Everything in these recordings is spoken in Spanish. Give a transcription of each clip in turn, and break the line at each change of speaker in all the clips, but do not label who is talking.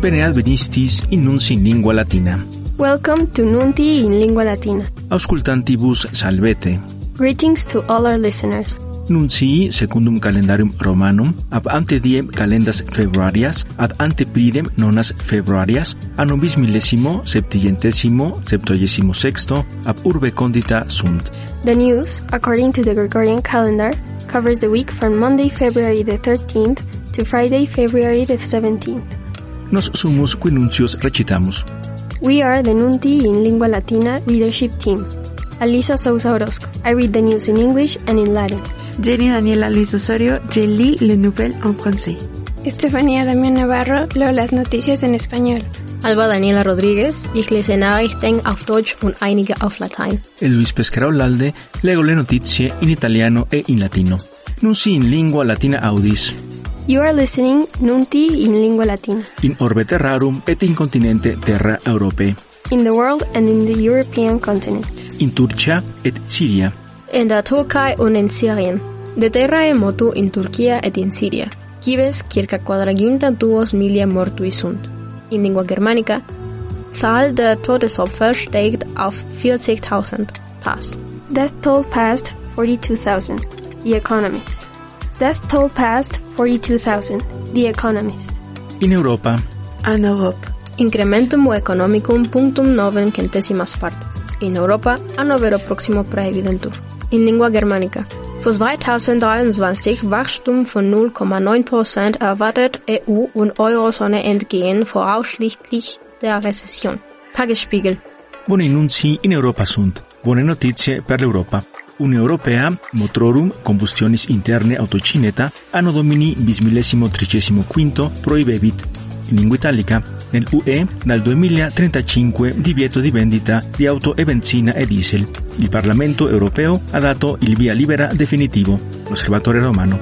Bene advenistis in Nunci in Lingua Latina.
Welcome to Nunti in Lingua Latina.
Auscultantibus salvete.
Greetings to all our listeners.
Nuncii secundum calendarium romanum ab ante diem calendas februarias ad ante pridem nonas februarias a nobis millesimo septillentesimo septuagesimo sexto ab urbe condita sunt.
The news, according to the Gregorian calendar, covers the week from Monday, February the 13th to Friday, February the 17th.
Nos sumus qui nuncios recitamus.
We are the Nunti in Lingua Latina leadership team. Alisa Sousa Orozco. I read the news in English and in Latin.
Jenny Daniela Luis Osorio, je lis les nouvelles en français.
Estefanía Damián Navarro, leo las noticias en español.
Alba Daniela Rodríguez, ich lese Nachrichten auf Deutsch und einige auf Latein.
E Luis Pescarao Lalde, lego le notizie in italiano e in latino. Nunci in lingua latina audis,
You are listening Nunti in Lingua Latina.
in orbe terrarum et in continente terra europae,
In the world and in the European continent.
in Turcia et Siria,
En la Turkei und in Syrien. De terrae motu in Turquia et in Siria. Quibes circa quadraginta duos milia mortui sunt. In lingua germanica, Zahl der Todesopfer steigt auf 40.000. Pass.
Death toll passed 42,000. The Economist. Death toll passed 42,000. The Economist.
in Europa,
En Europe,
Incrementum economicum punctum noven centesimas partes. In Europa a novero proximo praevidentur. In lingua germanica. Für 2023 Wachstum von 0,9% erwartet EU und Eurozone entgehen voraussichtlich der Rezession. Tagesspiegel.
boni nunci in Europa sunt, bone notizie per l'Europa. Unione Europea motrorum combustionis interne autocineta anno domini bismillesimo tricesimo quinto proibebit, in lingua italica, nel UE dal 2035 divieto di vendita di auto e benzina e diesel. Il Parlamento europeo ha dato il via libera definitivo, l'osservatore romano.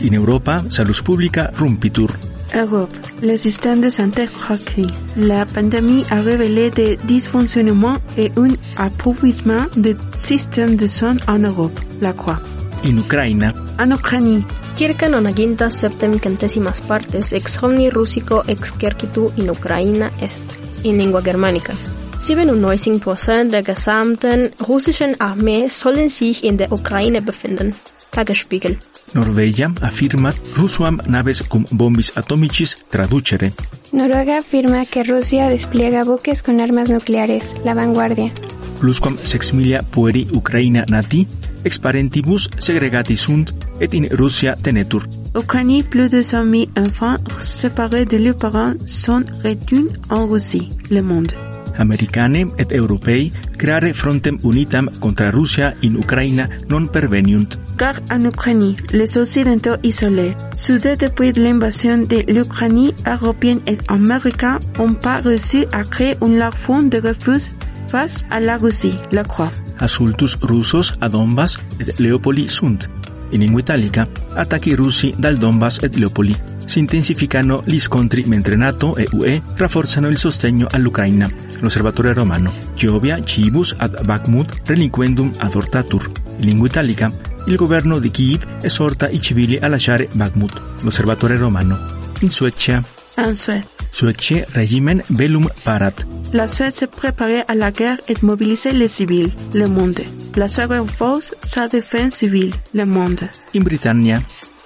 In Europa, Salus Pubblica Rumpitur.
Europe. Le système de santé croquerie. La pandémie a révélé des dysfonctionnements et un appauvrissement du système de soins en Europe. La Croix.
In Ucraina,
En Ukraine,
Circa nonaginta septem centesimas partes ex homni russico excercitu in Ukraina est, in lingua germanica. 97% der gesamten russischen Armee sollen sich in der Ukraine befinden. Tagesspiegel.
Norvegia afirma Rusuam naves cum bombis atomicis traducere.
Noruega afirma que Rusia despliega buques con armas nucleares. La vanguardia.
Plusquam sex milia pueri Ucraina nati, ex parentibus segregati sunt, et in Russia tenetur.
Ukraine, plus de 100 000 enfants séparés de leurs parents sont retenus en Russie. Le Monde.
Americane et europei creare frontem unitam contra Russia in Ucraina non perveniunt.
Car en Ukraine, les Occidentaux isolés, soudés depuis l'invasion de l'Ukraine européenne et américaine, n'ont pas réussi à créer une large de refus face à la Russie, la Croix.
Asultus russos a Donbass et Leopoli sunt. In lingua italica, attacchi russi dal Donbass et Leopoli. Si intensificano gli scontri mentre NATO e UE rafforzano il sostegno all'Ucraina. L'osservatore romano. Giovia cibus ad Bakhmut relinquendum ad Ortatur. In lingua italica, il governo di Kiev esorta i civili a lasciare Bakhmut. L'osservatore romano. In Suecia,
En Suède,
Suece regimen bellum parat.
la Suède se préparait à la guerre et mobilisait les civils, le monde. La Suède renforce sa défense civile, le monde.
In Britannia,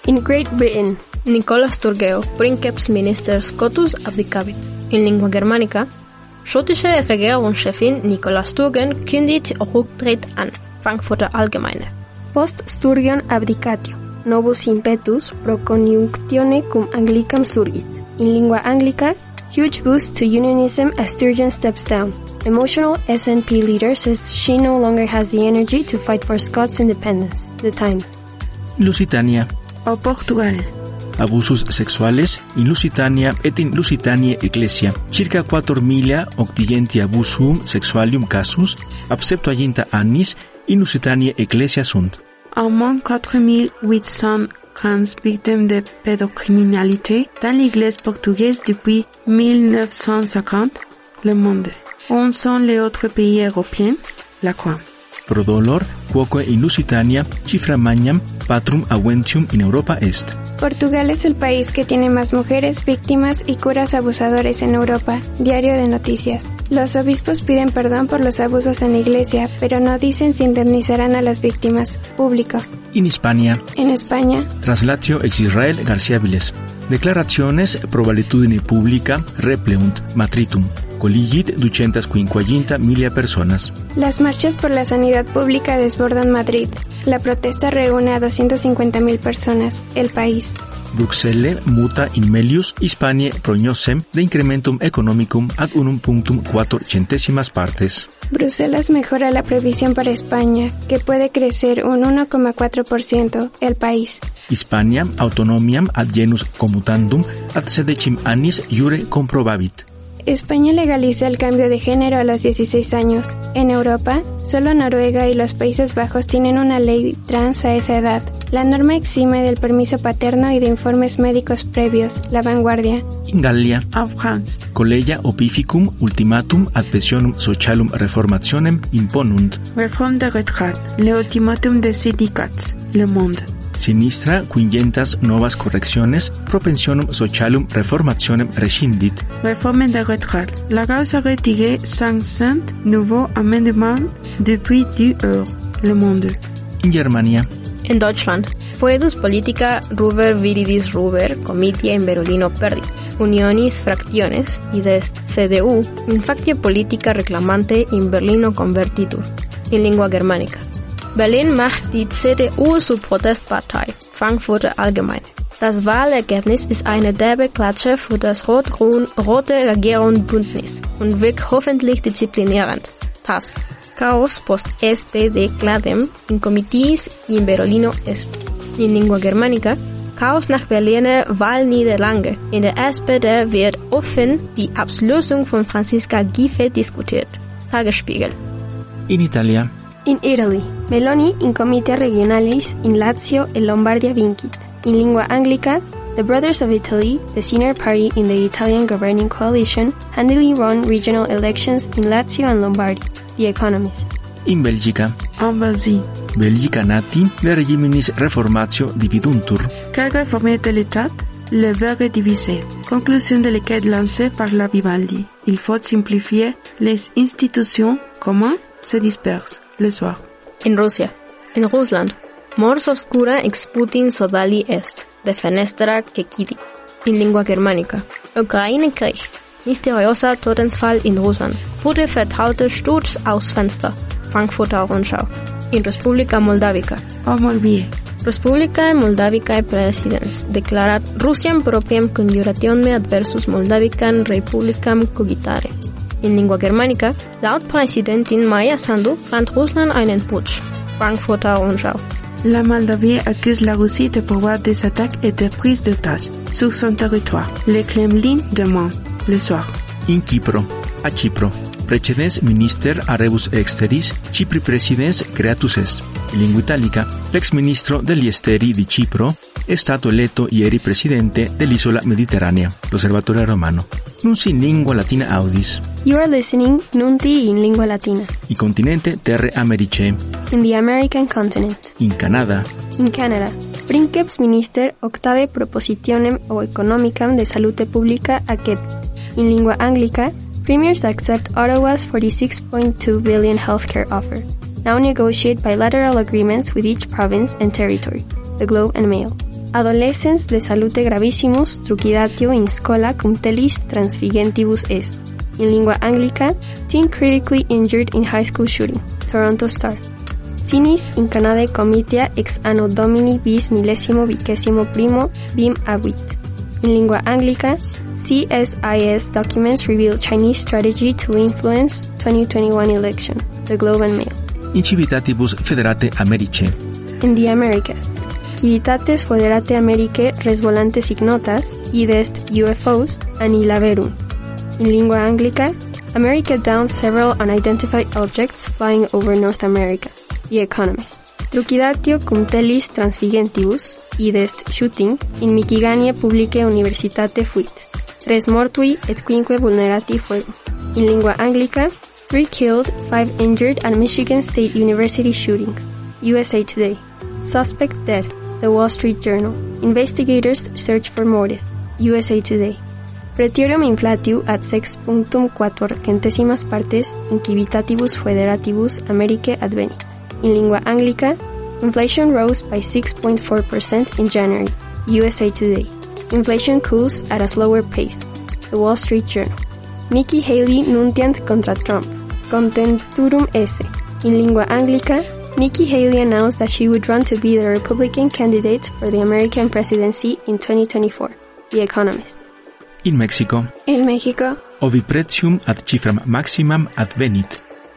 In Great Britain.
Nicolas Turgeo, Princeps Minister Scotus abdicavit. In lingua germanica, Schottische Regierungschefin Nicola Sturgeon kündigt Rücktritt an. Frankfurter Allgemeine.
Post Sturgeon abdicatio, novus impetus proconiunctione cum Anglicam surgit. In lingua anglica, huge boost to unionism as Sturgeon steps down. Emotional SNP leader says she no longer has the energy to fight for Scots independence. The Times.
Lusitania.
o Portugal.
Abusos sexuales in Lusitania et in Lusitania Ecclesia. Circa 4.000 octigenti abusum sexualium casus, abseptuaginta annis in Lusitania Ecclesia sunt.
Among 4815 victimes de pédocriminalité dans l'église portugaise depuis 1950, le monde. On sont les autres pays européens? La Croix.
Pro dolor, quoque in Lusitania cifra magnam patrum auentium in Europa est.
Portugal es el país que tiene más mujeres víctimas y curas abusadores en Europa. Diario de Noticias. Los obispos piden perdón por los abusos en la iglesia, pero no dicen si indemnizarán a las víctimas. Público.
In Hispania,
En España,
Translatio ex Israel García Viles. Declaraciones probalitudine publica repleunt matritum. Colligit ducentas quinquaginta milia personas.
las marchas por la sanidad pública desbordan Madrid. La protesta reúne a 250.000 personas. El país.
Bruxelles muta in melius Hispanie prognosem de incrementum economicum ad unum punctum quator centésimas partes.
Bruselas mejora la previsión para España, que puede crecer un 1,4%. El país.
Hispania autonomiam ad genus commutandum ad sedecim annis iure comprobavit.
España legaliza el cambio de género a los 16 años. En Europa, solo Noruega y los Países Bajos tienen una ley trans a esa edad. La norma exime del permiso paterno y de informes médicos previos, la vanguardia.
In Gallia,
En France.
collegia opificum ultimatum ad pensionum socialum reformationem imponunt.
Réforme de retraite. Le ultimatum des syndicats. Le monde.
Sinistra quingentas novas correcciones propensionum socialum reformationem rescindit.
Réforme de retraite. La Gauche a retiré 500 nouveaux amendements depuis 10 heures. Le monde.
In Germania,
In Deutschland. Política Ruber Viridis Ruber, Comitia in Berolino Perdi, Unionis Fractiones y de CDU, Infactio Politica Reclamante in Berlino Convertitur, in lingua germanica. Berlin macht die CDU zur Protestpartei, Frankfurter Allgemeine. Das Wahlergebnis ist eine derbe Klatsche für das rot-grün-rote Regierungsbündnis und wirkt hoffentlich disziplinierend. TAS. Chaos post SPD Cladem in Committees in Berolino est. In lingua germanica, Chaos nach Berliner Wahlniederlage. In der SPD wird offen die Ablösung von Franziska Giffey diskutiert. Tagesspiegel.
in Italia,
In Italy, Meloni in Comitia Regionalis in Lazio e Lombardia vincit. In lingua anglica, the Brothers of Italy, the senior party in the Italian governing coalition, handily won regional elections in Lazio and Lombardy. The Economist.
in Belgica.
En Belgique.
Belgica nati de regiminis reformatio dividuntur.
Quelle réforme de l'État Le verre est divisé. Conclusion de l'enquête lancée par la Vivaldi. Il faut simplifier les institutions. Comment se dispersent le soir.
In Rusia. In Russland. Mors obscura ex Putin sodali est, de fenestra quequidit. In lingua germanica. Ukraine-Krieg. Mysteriosa Todesfall in Russland. Wurde vertraute Sturz aus Fenster. Frankfurter Rundschau. In Respublika Moldavica.
En Molbier.
Respublica Moldavicae Presidens declarat Rusiam propiam conjuratione adversus Moldavican Republicam cogitare. In lingua germanica, laut Präsidentin Maya Sandu plant Russland einen Putsch. Frankfurter Rundschau.
La Moldavie accuse la Russie de pouvoir des attaques et des prises d'otages sur son territoire. Le Kremlin demande le soir.
In Cipro, a Cipro. Precedens minister a rebus exteris, Cipri presidens creatus est. In Lingua italica, l'ex ministro degli esteri di Cipro è stato eletto ieri presidente dell'isola mediterranea, l'osservatore romano. Nunc in lingua latina audis,
You are listening Nunti in lingua latina.
in continente terre americe,
In the American continent.
in Canada,
In Canada, Princeps Minister Octave Propositionem o Economicam de Salute Pública accepit. In E lingua anglica, premiers accept Ottawa's 46.2 billion healthcare offer. Now negotiate bilateral agreements with each province and territory. The Globe and Mail. Adolescens de salute gravissimus trucidatio in scola cum telis transfigentibus est. In lingua anglica, teen critically injured in high school shooting. Toronto Star. Sinis in Canade comitia ex anno domini bis millesimo vicesimo primo bim avit. In lingua anglica, CSIS documents reveal Chinese strategy to influence 2021 election. The Globe and Mail.
Incivitatibus Federate Americe,
In the Americas. Civitates foderate Americae res volantes ignotas, idest UFOs, anilaverum. In lingua anglica, America downed several unidentified objects flying over North America. The Economist. Trucidatio cum telis transfigentibus, idest shooting, in Michiganie publice universitate fuit. Tres mortui et quinque vulnerati fuego. In lingua anglica, three killed, five injured at Michigan State University shootings. USA Today. Suspect dead. The Wall Street Journal. Investigators search for motive. USA Today. Pretiorium inflatio ad sex punctum quator centesimas partes incivitatibus federatibus Americae advenit. In lingua anglica, inflation rose by 6.4% in January. USA Today. Inflation cools at a slower pace. The Wall Street Journal. Nikki Haley nuntiant contra Trump. Contenturum esse. In lingua anglica, Nikki Haley announced that she would run to be the Republican candidate for the American presidency in 2024. The Economist.
in México,
En México,
Ovipretium ad cifram maximam advenit,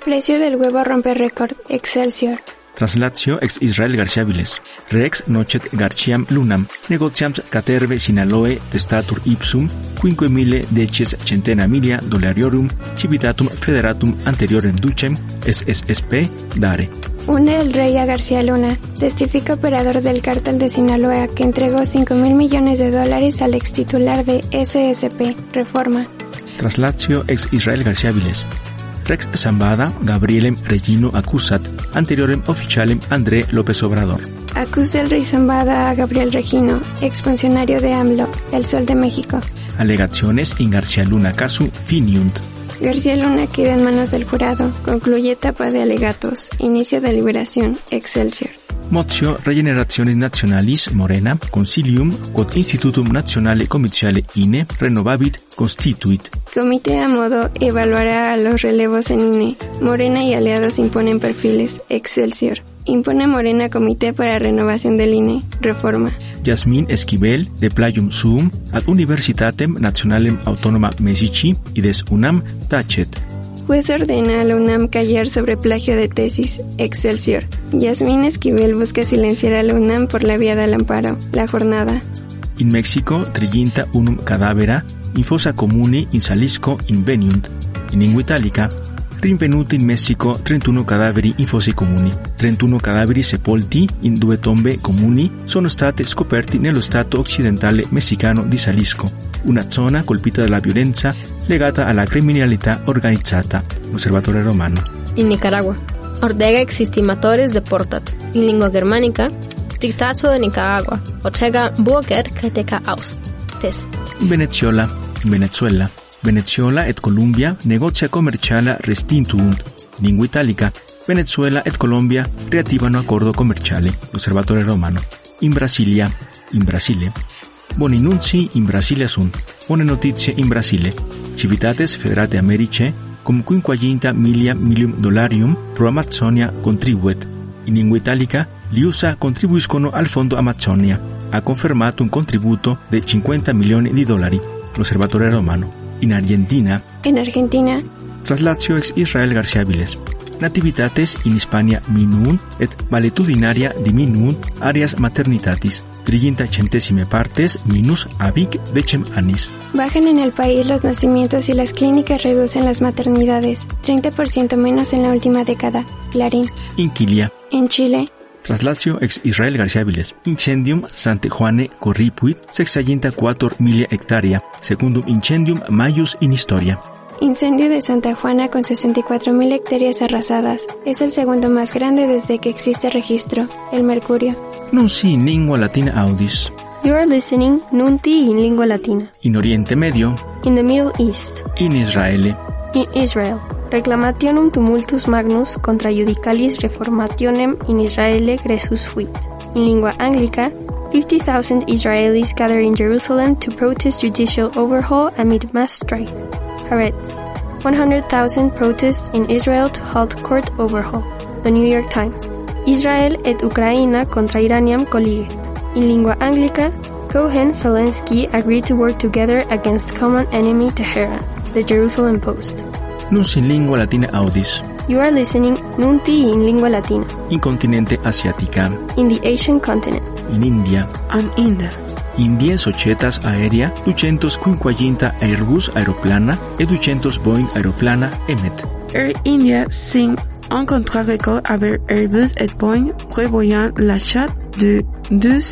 precio del huevo rompe récord. Excelsior.
Translatio ex Israel Garciabiles, rex nocet Garciam lunam, negotiams caterve Sinaloe testatur ipsum, quinque mille decies centena milia dollariorum, civitatum federatum anteriorem ducem, SSSP, dare.
Une el rey a García Luna, testifica operador del cártel de Sinaloa que entregó 5 mil millones de dólares al ex titular de SSP, Reforma.
Translatio ex Israel Garciabiles. Rex Zambada Gabrielem Regino accusat, anteriorem officialem André López Obrador.
Acusa el rey Zambada a Gabriel Regino, exfuncionario de AMLO, El Sol de México.
Alegaciones in Garcia Luna casu finiunt.
García Luna queda en manos del jurado, concluye etapa de alegatos, inicia deliberación, Excelsior.
Motio Regenerationis Nationalis Morena Consilium quod Institutum Nationale Commerciale INE renovabit constituit.
Comité a modo evaluará a los relevos en INE. Morena y aliados imponen perfiles, Excelsior. Impone Morena Comité para Renovación del INE, Reforma.
Yasmin Esquivel de Playum Sum ad Universitatem Nationalem Autonoma Mesici ides UNAM tacet.
Juez ordena a la UNAM callar sobre plagio de tesis, Excelsior. Yasmín Esquivel busca silenciar a la UNAM por la vía del amparo, La Jornada.
In Mexico triginta unum cadavera in fossa commune in Salisco inveniunt. In lingua italica rinvenuti in Messico 31 cadaveri in fosse comuni. 31 cadaveri sepolti in due tombe comuni sono state scoperti nello stato occidentale messicano di Salisco, una zona colpita dalla violenza legata alla criminalità organizzata. Osservatore romano.
In Nicaragua, Ortega existimatores deportat. In lingua germánica, Dictato de Nicaragua, Ortega burget critica aus. Tes.
Venezuela, Venezuela. Venezuela et Colombia negotia commerciala restintuunt. Lingua italica. Venezuela et Colombia reattivano accordo commerciale. Osservatore eh, romano. In Brasilia, in Brasile. Boni nunzi in Brasile sunt. Bone notizie in Brasile. Civitates Federate Americe cum quinquaginta milia milium dollarium pro Amazonia contribuet. In lingua italica, gli USA contribuiscono al Fondo Amazzonia. Ha confermato un contributo de 50 milioni di dollari. L'Osservatore Romano. In Argentina,
En Argentina,
Translatio ex Israel García Viles. Nativitates in Hispania minuunt et valetudinaria diminuunt arias maternitatis. Triginta centesime partes minus avic decem annis.
bajan en el país los nacimientos y las clínicas reducen las maternidades, 30% menos en la última década, Clarín.
Inquilia.
En Chile,
Translatio ex Israel García Viles. Incendium Sante Juane Corripuit sexaginta quator milia hectarea. Secundum incendium maius in historia.
incendio de Santa Juana con 64.000 hectáreas arrasadas, es el segundo más grande desde que existe registro, el Mercurio.
Non si in lingua latina audis.
You are listening Nunti in lingua latina.
In Oriente Medio,
In the Middle East.
in Israele.
In Israel. Reclamationum tumultus magnus contra judicalis reformationem in Israele Gresus fuit. In lingua anglica, 50,000 Israelis gather in Jerusalem to protest judicial overhaul amid mass strife. Haaretz. 100,000 protests in Israel to halt court overhaul. The New York Times. Israel et Ucraina contra Iranian colleague. In lingua anglica, Cohen Zelensky agreed to work together against common enemy Tehran. The Jerusalem Post.
Nunc in lingua latina audis,
You are listening Nunti in lingua latina
in continente asiática,
in the Asian continent.
in India,
an Inder,
in 10 societas aerea, ducentos quinquaginta Airbus aeroplana e ducentos Boeing aeroplana emet.
Air India signe un contrat record avec Airbus et Boeing prévoyant l'achat de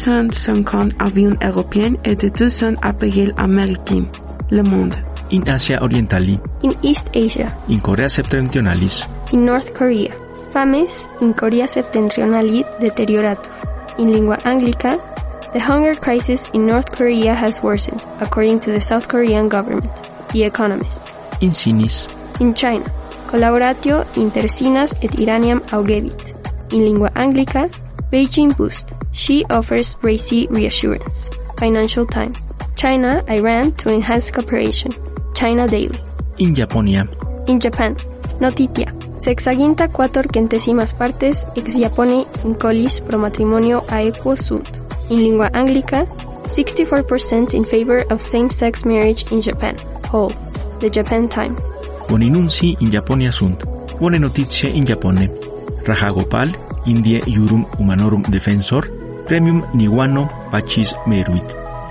250 avions européens et de 200 appareils américains. Le Monde,
In Asia orientali,
In East Asia,
in Corea septentrionalis,
in North Korea. Fames in Korea septentrionali deterioratur. In lingua anglica, the hunger crisis in North Korea has worsened, according to the South Korean government. The Economist.
in Sinis,
In China, collaboratio inter Sinas et Iraniam augevit. In lingua anglica, Beijing boost. She offers racy reassurance. Financial Times. China, Iran to enhance cooperation. China Daily.
in Japonia,
In Japan, notitia. Sexaginta quator quentesimas partes ex Japone in collis pro matrimonio aequo sunt. In lingua anglica, 64% in favor of same-sex marriage in Japan. Whole. The Japan Times.
buoni nunzi in Japonia sunt, buone notizie in Giappone, Rajagopal, Indie Iurum Humanorum Defensor, Premium Niwano Pacis Meruit,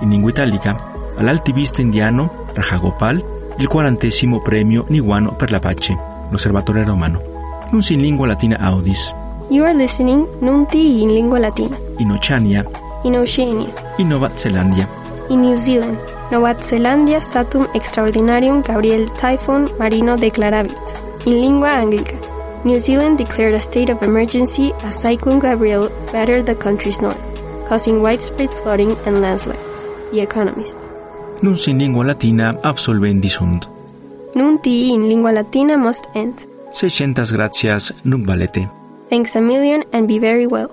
in lingua italica, all'altivista indiano Rajagopal, il quarantesimo premio Niwano per la pace, l'osservatore romano, nunzi in lingua latina audis,
You are listening Nunti in lingua latina.
in Oceania,
In Oceania,
in Nova Zelandia,
in New Zealand, Nova Zelandia statum extraordinarium Gabriel Typhoon Marino declaravit. In lingua anglica, New Zealand declared a state of emergency as Cyclone Gabriel battered the country's north, causing widespread flooding and landslides. The Economist.
nunzi in lingua latina absolvendi sunt.
Nun tii in lingua latina must end.
600 gracias, nuc valete.
Thanks a million and be very well.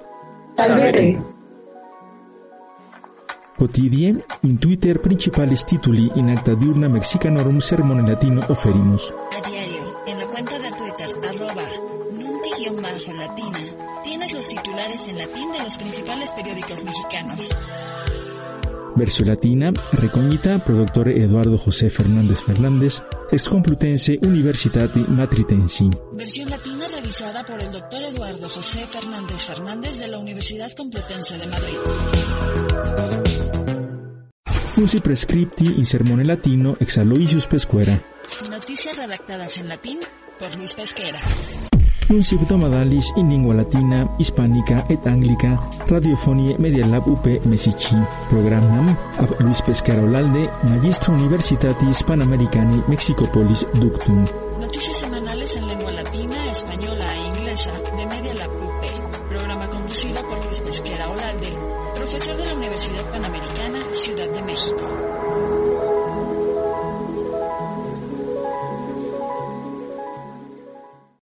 Quotidie, in Twitter principales tituli in acta diurna mexicanorum sermone latino oferimus.
A diario, en la cuenta de Twitter, arroba nunti-latina, tienes los titulares en latín de los principales periódicos mexicanos.
Verso latina, recognita productore Eduardo José Fernández Fernández, ex Complutense Universitati Matritensi.
Versión latina revisada por el doctor Eduardo José Fernández Fernández de la Universidad Complutense de Madrid.
Nunci prescripti in sermone latino ex Aloysius Pescuera.
Noticias redactadas en latín por Luis Pesquera.
Nunci hebdomadalis in lingua latina, hispánica et anglica, radiofonie Medialab UP Mesici. Programam ab Luis Pescara Olalde, Magistro Universitatis Panamericani Mexicopolis Ductum.
Noticias semanales en lengua latina, española e inglesa de Media Lab UP. Programa conducido por Luis Pesquera Olalde, profesor de la Universidad Panamericana, Ciudad de México.